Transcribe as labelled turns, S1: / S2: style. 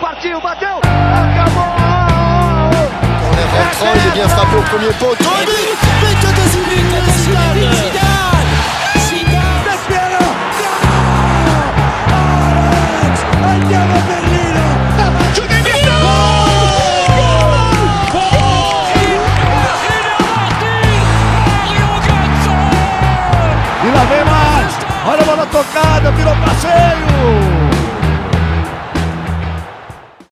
S1: partiu, bateu, acabou!
S2: On les reprend, il est bien frappé au premier poteau. Et but but de Zinedine Zidane
S3: E lá vem mais! Olha a bola tocada, virou passeio!